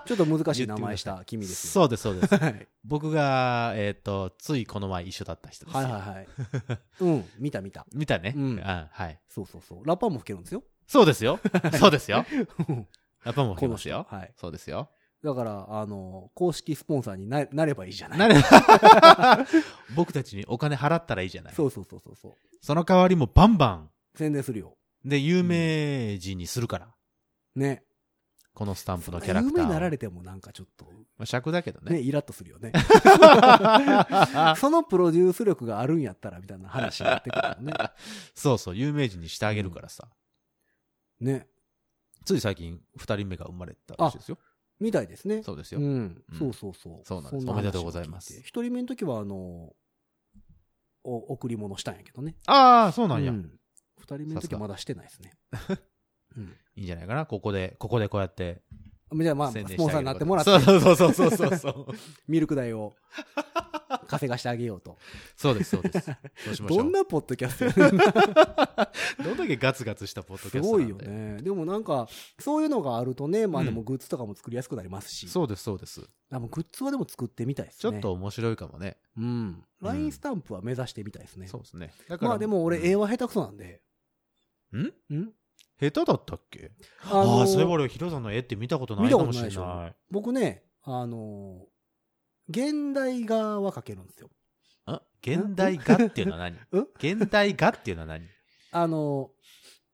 B: ちょっと難しい名前した君ですよ。
C: そうです、そうです。
B: はい
C: 僕が、えっ、と、ついこの前一緒だった人です。
B: はいはいはい。うん、見た見た。
C: 見たね。
B: うん
C: あはい。
B: そうそうそう。ラッパーも吹けるんですよ。
C: そうですよ。そうですよ。
B: こ
C: やっぱもう、
B: の
C: す
B: 人
C: よ。
B: はい。
C: そうですよ。
B: だから、あの、公式スポンサーにななればいいじゃない。
C: なる 僕たちにお金払ったらいいじゃない。
B: そうそうそうそうそう。
C: その代わりもバンバン
B: 宣伝するよ。
C: で、有名人にするから。
B: ね。
C: このスタンプのキャ
B: 有
C: ラクターを。
B: 名になられてもなんかちょっと、
C: まあ、尺だけどね。
B: ね、イラッとするよね。そのプロデュース力があるんやったらみたいな話になってくるもんね。
C: そうそう、有名人にしてあげるからさ。
B: ね。
C: つい最近、二人目が生まれたらしいですよ。
B: みたいですね。
C: そうです
B: う
C: よ。
B: ん
C: う。ん
B: そうそうそう。
C: そうなんです
B: 話
C: おめでとうございます
B: を聞て一人目の時は、あの、お贈り物したんやけどね。
C: ああ、そうなんや。
B: う
C: い
B: ん二人目の時はまだしてないです ね。うん
C: いんじゃないかな。ここで、ここでこうやって。
B: じゃあまあ、
C: 宣
B: ス
C: 伝してあげる
B: ポンサーになってもらって
C: そ、うそうそうそうそうそう。
B: ミルク代 を稼がしてあげようと。
C: そうです、そうです。そうしましょう。
B: どんなポッドキャストやねん
C: どんだけガツガツしたポッドキ
B: す
C: ャスト
B: ご
C: ないんで
B: よ。ね。でもなんか、そういうのがあるとね、まあでもグッズとかも作りやすくなりますし、
C: そうです、そうです。
B: あもうグッズはでも作ってみたいです
C: ち
B: ね。
C: ょっと、面白いかもね。
B: うん。
C: うん
B: LINE スタンプは目指してみたいですね。
C: そうですね。だから。
B: まあでも
C: う
B: 俺、
C: ん
B: 絵は下手くそなんで。
C: ん
B: うん
C: 下手だったっけ
B: あ
C: あ
B: の
C: あー、そういえば俺、ヒロさんの絵って見たことないかもしれ
B: 見たことな
C: ない。
B: 僕ね、あのー現代画は描けるんですよ。
C: あ現代画っていうのは何
B: うん
C: 現代画っていうのは何
B: あの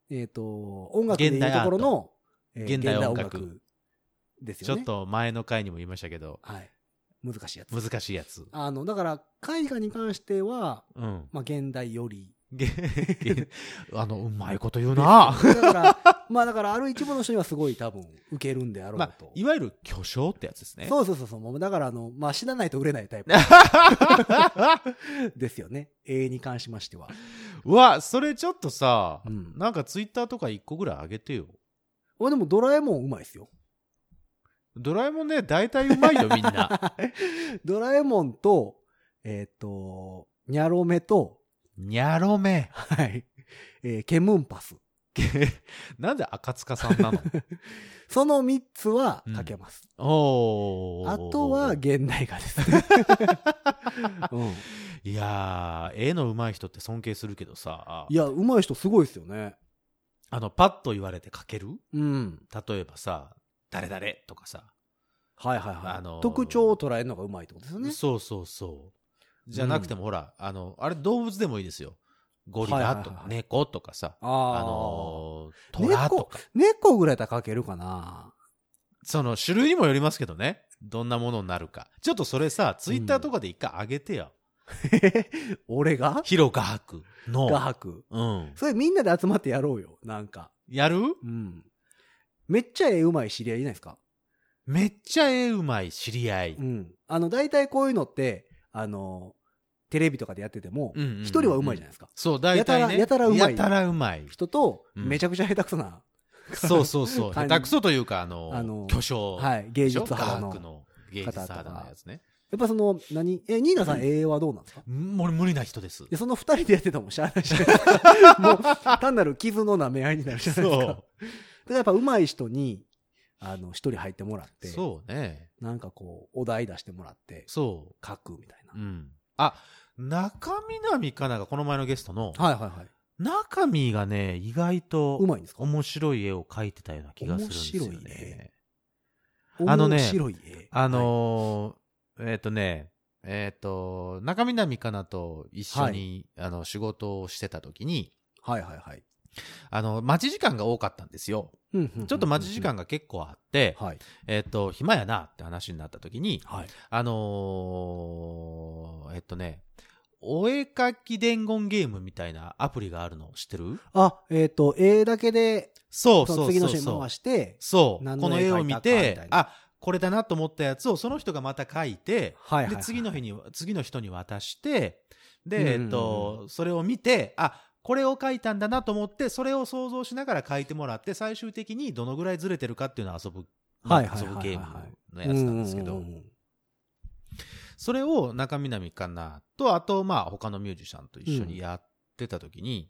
B: ーえっ、と、音楽でいうところの、えー
C: 現代音楽
B: です
C: ち
B: よ
C: ょ
B: ね。
C: っと前の回にも言いましたけど、
B: はい。難しいやつ。
C: 難しいやつ。
B: あの、だから、絵画に関しては、
C: うん。
B: まあ、現代よ り。
C: げげあの、うまいこと言うな
B: だから、まあ、だから、ある一部の人にはすごい多分、受けるんであろう
C: まあ
B: と、。
C: いわゆる巨匠ってやつですね。
B: そうそうそうそう。もうだから、あの、まあ、死なないと売れない タイプですよね。絵に関しましては。
C: うわ、それちょっとさ
B: う、ん。
C: なんかツイッターとか一個ぐらい上げてよ。
B: あでも、ドラえもんうまいですよ。
C: ドラえもんね、大体うまいよ、み んな。
B: ドラえもんと、えっ、と、ニャロメと、
C: にゃろめ。
B: はい。えーケムンパス。
C: なんで赤塚さんなの
B: その3つは書けます。
C: おー。
B: あとは、現代画です ね。うん、
C: いやー、絵の上手い人って尊敬するけどさ
B: い、や、上手い人すごいですよね。
C: あの、パッと言われて描ける
B: うん。
C: 例えばさ、誰々とかさ、
B: はいはいはい。
C: あのー
B: 特徴を捉えるのが上手いってことですよね。
C: そうそうそう。じゃなくても、ほら、あの、あれ動物でもいいですよ。ゴリラと
B: はいはい
C: か
B: はい
C: 猫とかさ、
B: あ
C: あ
B: の
C: のー、虎とか。
B: 猫ぐらいだったら書けるかな。
C: その種類にもよりますけどね。どんなものになるか。ちょっとそれさ、ツイッターとかで一回上げてよ。
B: 俺が
C: ヒロ画伯
B: 画
C: の。
B: 伯。
C: うん。
B: それみんなで集まってやろうよ。なんか。
C: やる
B: うん。めっちゃ絵上手い知り合いいないですか
C: めっちゃ絵うまい知り合い。
B: うん。あの、大体こういうのって、あの、テレビとかでやってても、
C: うんうんうんうん
B: 一人は上手いじゃないですか。
C: そう、大体ね。
B: やたらやたらうまい
C: やたらうまい。
B: 人と、
C: うん
B: めちゃくちゃ下手くそな、
C: そうそうそう。下
B: 感じ
C: 手くそというか、あの、
B: あの
C: 巨匠。
B: はい、芸
C: で
B: 術
C: しょ。
B: 派
C: 画
B: の。
C: 伯
B: や
C: の芸術派のやつね。
B: っぱその、何え、ニーナさん、絵はどうなんですか
C: うん俺無理な人です。
B: で、その二人でやってたもん、しゃあないじゃないです か。もう、単なる傷の舐め合いになるじゃないですか。だ
C: そ
B: からやっぱ上手い人に、あの、一人入ってもらって、
C: そうね。
B: なんかこう、お題出してもらって、
C: そ
B: 書くみたいな
C: う。う。ん。あ、中南かながこの前のゲストの、
B: はいはいはい。
C: 中身がね、意外と
B: うまいんですか
C: 面白い絵を描いてたような気がするんですよね。
B: 面白いね
C: あのね
B: 面白い絵。
C: あのーえっ、とね、えっ、と、中南かなと一緒に、あの仕事をしてた時に、
B: はい、はいはいはい。
C: あの、待ち時間が多かったんですよ。ちょっと待ち時間
B: が。
C: が結構あって、
B: はい。
C: えっ、と、暇やなって話になった時に、
B: はい。
C: あのーえっ、とね、お絵描き伝言ゲームみたいなアプリがあるの知ってる
B: あ、えっ、と、絵だけで、
C: そう
B: その
C: そうそうそう。
B: 次のシーン回して、
C: そう。
B: 何
C: こ
B: の
C: の
B: 絵描いた
C: 絵
B: か
C: を見
B: み
C: て
B: たい、な
C: あ、これだなと思ったやつをその人がまた描いて、
B: はいはい、
C: で、
B: はい。
C: 次の日に、次の人に渡して、
B: うん
C: で、
B: うんうん
C: えっと、それを見て、あ、これを描いたんだなと思って、それを想像しながら描いてもらって、最終的にどのぐらいずれてるかっていうのを遊ぶ、
B: はいはいはい
C: 遊
B: はい
C: ぶ
B: はい
C: ゲームのやつなんですけ
B: う
C: ど
B: んう、んうん
C: それを中南かなと、あと、まあ、他のミュージシャンと一緒にやってた時に、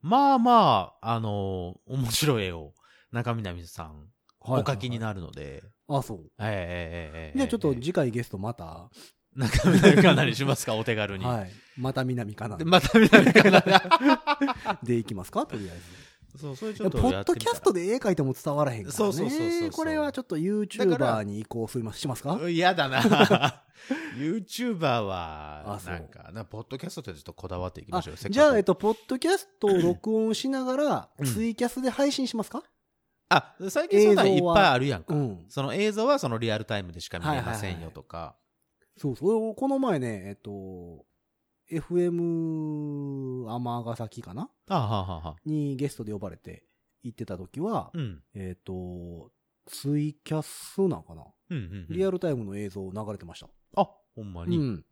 C: まあまあ、あの、面白い絵を中南さん、
B: はいはいはい
C: お書きになるので、
B: あ、そう。
C: ええええええ
B: じゃあちょっと
C: ええ
B: 次回ゲストまた、
C: 中南かなりしますか、お手 軽に。
B: はい。また南かな
C: でまた南かな
B: でいきますかとりあえ
C: そう、それち
B: ず。
C: ょっと
B: ポ
C: や
B: ッ
C: って
B: ド
C: み
B: キ
C: た
B: ャ
C: ら
B: ストで絵描いても伝わらへんからね。
C: そうそうそうそうそう
B: これはちょっと
C: だから
B: YouTuber に移行すいましますか
C: 嫌だな。YouTuber は
B: あ、そう
C: なんか、なポッドキャストってちょっとこだわっていきま
B: あ
C: しょうよ。せっかく
B: じゃあ、えっと、ポッドキャストを録音しながら、
C: うん
B: ツイキャスで配信しますか
C: あ、最近そんなんいっぱいあるやんか。
B: うん。
C: その映像はそのリアルタイムでしか見れませんよとか。
B: そうそう。この前ね、えっと、FM 尼崎かな
C: あはあはあはあ
B: にゲストで呼ばれて行ってた時は、
C: うん。
B: えっと、ツイキャスなのかな
C: うんうんうん。
B: リアルタイムの映像流れてました。
C: あ、ほんま
B: う
C: に。
B: ん。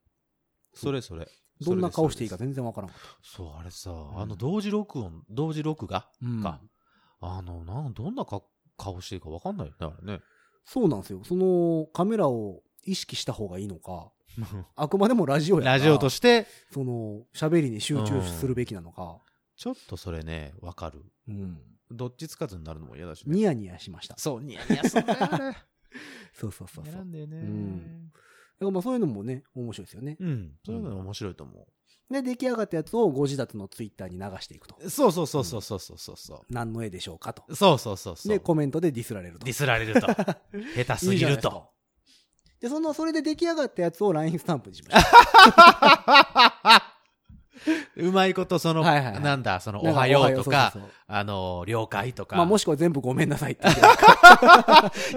C: それそれ。
B: どんな顔していいか
C: それ
B: 全然わからんかっ
C: です。そう、あれさ、
B: ん
C: あの、同時録音、同時録画
B: た。うん
C: か。あの、なん、どんなか顔していいかわかんないよね、あれね。
B: そうなんですよ。そのカメラを意識した方がいいのか、あくまでもラジオやから
C: ラジオとして、
B: その、喋りに集中するべきなのか、
C: ちょっとそれね、わかる。
B: うん。
C: どっちつかずになるのも嫌だしね。
B: ニヤニヤしました。
C: そう、ニヤニヤするから。あれ
B: そうそうそうそう。
C: 嫌
B: だ
C: な
B: か
C: んだよね。
B: うんらまあそういうのもね、面白いですよね。
C: うん。そういうの面白いと思
B: で、出来上がったやつをご自立のツイッターに流していくと。
C: う。そうそうそうそうそうそうそう。そ
B: 何の絵でしょうかと。
C: うそうそうそうそう。
B: で、コメントでディスられると。
C: ディスら れると。下手す
B: いい
C: ぎ
B: じゃないです
C: ると
B: か。。で、その、それで出来上がったやつを LINE スタンプにしました。
C: うまいこと、その、
B: はいはいはい
C: なんだ、その、
B: な
C: お
B: んか
C: はようとか、
B: そうそうそう
C: あの、了解とか。
B: まあ、もしくは全部ごめんなさいって言って。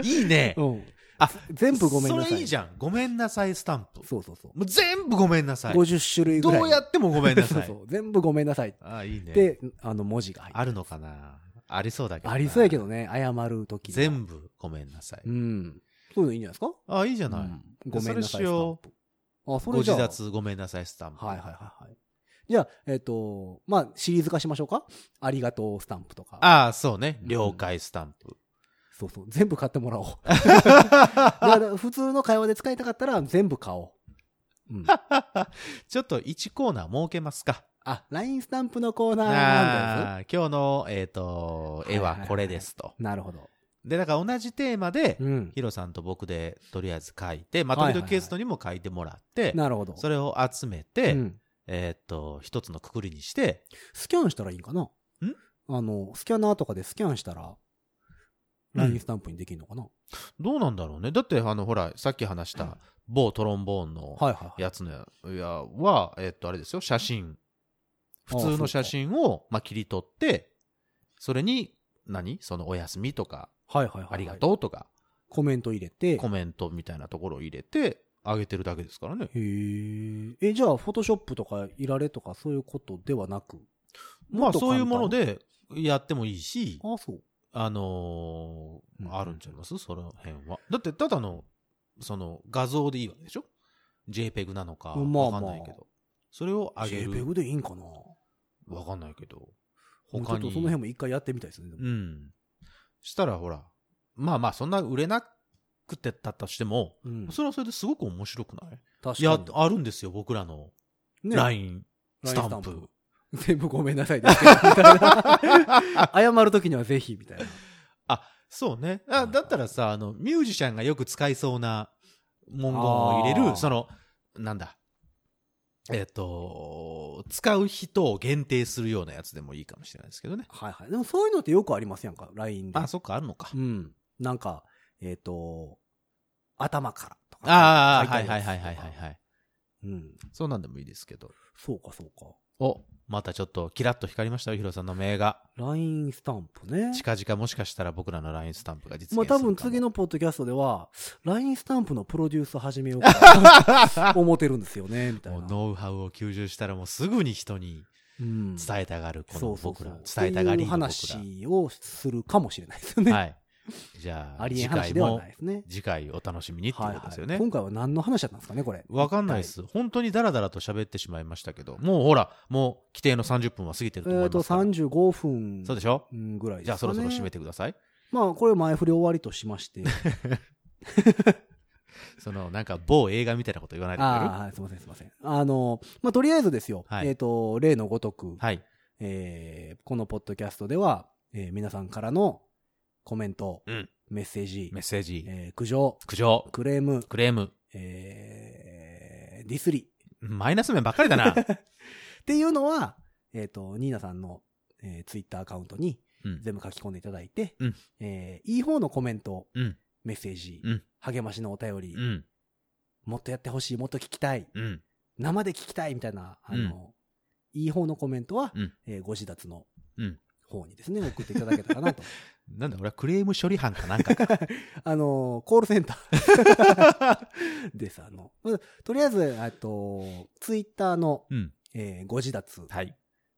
C: いいね。
B: うん。
C: あ、
B: 全部ごめんなさい。
C: それいいじゃん。ごめんなさいスタンプ。
B: そうそうそう。
C: もう全部ごめんなさい。
B: 50種類ぐらい。
C: どうやってもごめんなさい。
B: そうそう。全部ごめんなさいっ
C: あ、いいね。
B: て、あの、文字が入って
C: あるのかなありそうだけ
B: る。
C: どな。
B: ありそうやけどね、謝るとき。
C: 全部ごめんなさい。
B: うん。そういうのいいんじゃないですか
C: あ、いいじゃない。
B: うんごめんなさい。
C: それしよ
B: う。あ、そ
C: ご
B: れじゃ
C: 自
B: あ。
C: 立ごめんなさいスタンプ。
B: はいはいはいはい。じゃあ、えっ、と、まあ、シリーズ化しましょうか。ありがとうスタンプとか。
C: ああ、そうね。了解スタンプ。
B: そうそう。全部買っても らおう。だから普通の会話で使いたかったら全部買おう。うん、
C: ちょっと1コーナー設けますか。
B: あ、LINE スタンプのコーナーなんだよ。
C: あー今日の、えっ、と、絵はこれですと。
B: なるほど。
C: で、だから同じテーマで、
B: うん。
C: ヒロさんと僕でとりあえず書いて、まあ、
B: はいは
C: 時
B: いはい
C: 々ゲストにも書いてもらって、
B: なるほど。
C: それを集めて、
B: うん、
C: えっ、と、一つのくくりにして、
B: スキャンしたらいいんかなんあの、スキャナーとかでスキャンしたら、
C: うん
B: LINE スタンプにできるのかな、
C: どうなんだろうね。だって、あの、ほら、さっき話した某トロンボーンの
B: はいはいはい。
C: やつのやは、えっ、と、あれですよ、写真。普通の写真を、まあ、切り取って、それに、何その、おやすみとか、
B: はいはいはい。
C: ありが
B: う。
C: とうとか、
B: コメント入れて。へ
C: コメントみたいなところを入れて、あげてるだけですからね。
B: え。え、じゃあ、フォトショップとかいられとかそういうことではなく。
C: ま
B: もっ
C: あ、
B: と
C: そういうもの
B: 簡単。
C: で、やってもいいし、
B: あ、そう。
C: あのー
B: うん
C: あるんちゃいますその辺は。だって、ただの、その、画像でいいわけでしょ ?JPEG なのか、
B: まあ
C: わ
B: ま
C: か
B: あ
C: んないけど。それをあげる。
B: JPEG でいいんかな
C: わかんないけど。
B: もうち
C: 他
B: ょっ
C: に
B: とその。辺も一回やってみたいですね。でも
C: うん。したら、ほら、まあまあ、そんな売れなくてたとしても、
B: うん
C: それはそれですごく面白くない
B: 確か
C: いや、あるんですよ、僕らの
B: にね
C: LINE スタン
B: LINE
C: プ。
B: 全部ごめんなさいですけど、みたいな。謝るときにはぜひ、みたいな。
C: あ、そうね。あ、だったらさ、あの、ミュージシャンがよく使いそうな文言を入れ
B: あー
C: る、その、なんだ。えっ、と、使う人を限定するようなやつでもいいかもしれないですけどね。
B: はいはい。でもそういうのってよくありますやんか、LINE で。
C: あ、そっか、あるのか。
B: うん。なんか、えっ、と、頭からとか。
C: ああ、
B: 書
C: はいい
B: てあ
C: は
B: る
C: い
B: やつ
C: はい
B: とか
C: はいはいはい。
B: うん。
C: そうなんでもいいですけど。
B: そうかそうか。
C: お、またちょっとキラッと光りましたよ、ヒロさんの名が。
B: LINE スタンプね。
C: 近々もしかしたら僕らの LINE スタンプが実現する
B: まあ
C: か
B: 多
C: も
B: 分次。のポッドキャストでは、LINE スタンプのプロデュース始めようかな 思ってるんですよね、みたい
C: もう
B: な。
C: ノウハウを吸収したらもうすぐに人に
B: うん
C: 伝えたがる、こ
B: そ
C: の
B: うそう
C: 僕
B: そ
C: ら。
B: う。
C: 伝えたが
B: っていう
C: りの僕ら。
B: 話をするかもしれないですよね。
C: はい。じゃあ、
B: ありえん
C: 次
B: 話
C: 回
B: では
C: も
B: ない、ですね。
C: 次回お楽しみにっていうことですよ
B: は
C: ね
B: いは。い今回は何の話だったんですかね、これ。
C: わかんないで。す。本当にダラダラと喋ってしまいましたけど、もうほら、もう規定の30分は過ぎて
B: え
C: ると思
B: っ
C: いま
B: と、
C: すから。
B: 35分
C: そうでしょ
B: うんぐらいですかね。
C: じゃあそろそろ締めてください。
B: まあ、これ前振り終わりとしま して。
C: その、なんか某映画みたいなこと言わないでくれ
B: ああ、はい、すいません、すいません。あの、まあ、とりあえずですよ。
C: はい
B: えっ、と、例のごとく、
C: るはい。
B: えーこのポッドキャストでは、えー皆さんからのコメント、
C: うん
B: メッセージ、
C: メッセージ、
B: えー苦情、
C: 苦情、
B: クレーム、
C: クレーム、
B: えーディスリ
C: マイナス面ばっかりだな。
B: っていうのは、えっ、と、ニーナさんの、えツイッター Twitter アカウントに
C: うん
B: 全部書き込んでいただいて、
C: うん
B: えーいい方のコメント、
C: うん
B: メッセージ、
C: うん
B: 励ましのお便り、
C: うん、
B: もっとやってほしい、もっと聞きたい、
C: うん。
B: 生で聞きたいみたいな、あの、いい方のコメントは、
C: うん
B: えーご自立の
C: うん
B: 方にですね、送っていただけたら なと。
C: なんだ、俺はクレーム処理班かなんかか。
B: あの、コールセンター です。あの、まずとりあえず、えっと、ツイッターの、
C: うん。
B: えーご自立、
C: はい。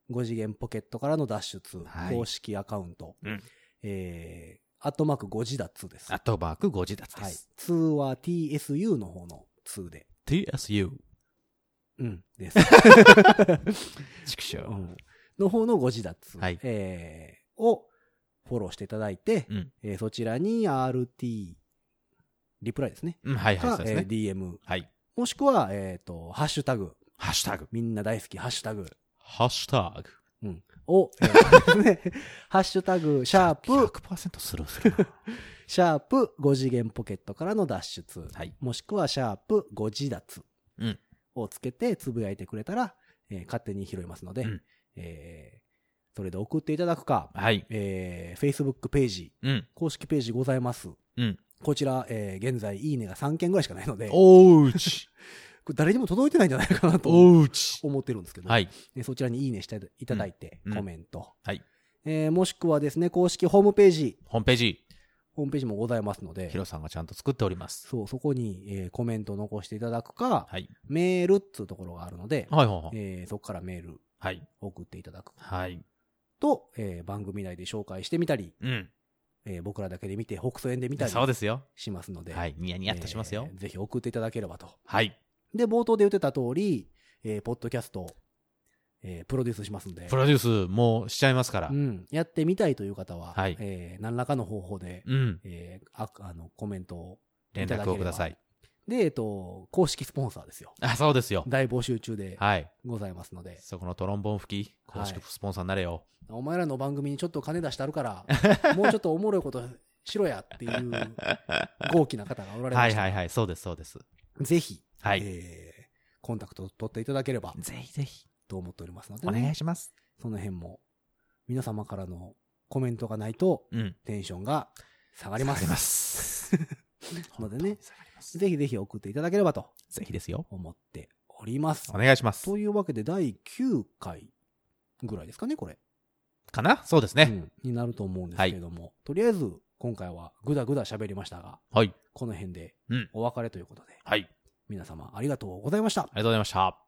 B: 5次元ポケットからの脱出、
C: はい
B: 公式アカウント、
C: うん
B: えー、アットマークご自立です。
C: あとマークご自立で
B: はい
C: す。。
B: 2は TSU の方の2で。
C: TSU。
B: うん、です。
C: 畜生。
B: うんの方のご自立、
C: はい
B: えーをフォローしていただいて、
C: うん
B: えーそちらに RT、リプライですね。
C: うん、はいはい、
B: か
C: そうですね
B: え。ー DM、
C: はい。
B: もしくは、えっ、と、ハッシュタグ、
C: ハッシュタグ。
B: みんな大好き、ハッシュタグ
C: ハッシュタグ。
B: を、 えーねハッシュタグ、シャープ、
C: 100%スルーするな。
B: シャープ、5次元ポケットからの脱出、
C: はい。
B: もしくは、シャープ、ご自立
C: うん
B: をつけて、つぶやいてくれたら、えー勝手に拾いますので、
C: うん
B: えーそれで送っていただくか、
C: はい。
B: えー Facebook ページ、
C: うん。
B: 公式ページございます。
C: うん。
B: こちら、えー現在、いいねが3件ぐらいしかないので、こ
C: おう ち。
B: れ誰にも届いてないんじゃないかなと
C: おうち。
B: 思ってるんですけど、
C: はい。
B: えーそちらにいいねしていただいて、
C: うん
B: コメント、
C: はい
B: えーもしくはですね、公式ホームページ、
C: ホームページ。
B: ホームページもございますので
C: ヒ、ロさんがちゃんと作っております。
B: そう、そこに、えーコメントを残していただくか、
C: はい。
B: メールっつうところがあるので、
C: はいはいはい。
B: えーそこからメール
C: はい。
B: 送っていただく
C: はい。
B: と、えー番組内で紹介してみたり、
C: うん。
B: えー僕らだけで見て、北総園で見たり
C: そうですよ。
B: しますので、
C: はい。ニヤニヤっとしますよ
B: え。ーぜひ送っていただければと。
C: はい。
B: で、冒頭で言ってた通り、えーポッドキャスト、えープロデュースしますんで
C: プ、ロデュースもうしちゃいますから
B: う。ん、やってみたいという方は、
C: はい
B: えー何らかの方法で、
C: うん。
B: えーああのコメントを
C: 連絡をください。
B: で、えっ、と、公式スポンサーですよ。
C: あ、そうですよ。
B: 大募集中で
C: はい。
B: ございますので、
C: そこのトロンボーン吹き、公式
B: はい
C: スポンサーになれよ。
B: お前らの番組にちょっと金出してあるから、 もうちょっとおもろいことしろやっていう豪気な方がおられ
C: は
B: ま
C: い
B: した。
C: はいはい、そうです、そうです。
B: ぜひ、
C: はい。
B: えーコンタクトを取っていただければ
C: ぜひぜひ、
B: と思っておりますので
C: お
B: ね、
C: 願いします。
B: その辺も、皆様からのコメントがないと、
C: うん。
B: テンションが下がります。
C: ます。
B: のでね、
C: 下がります
B: ぜひぜひ送っていただければと
C: ぜひですよ。
B: 思っております
C: お。願いします
B: と。いうわけで、第9回ぐらいですかね、これ。
C: かなそうです
B: う
C: ね。
B: んになると思うんですけれども、とりあえず、今回はぐだぐだ喋りましたが、
C: はい。
B: この辺で
C: うん
B: お別れということで、
C: はい。あり
B: 皆様ありがとうございました。
C: がとうございました。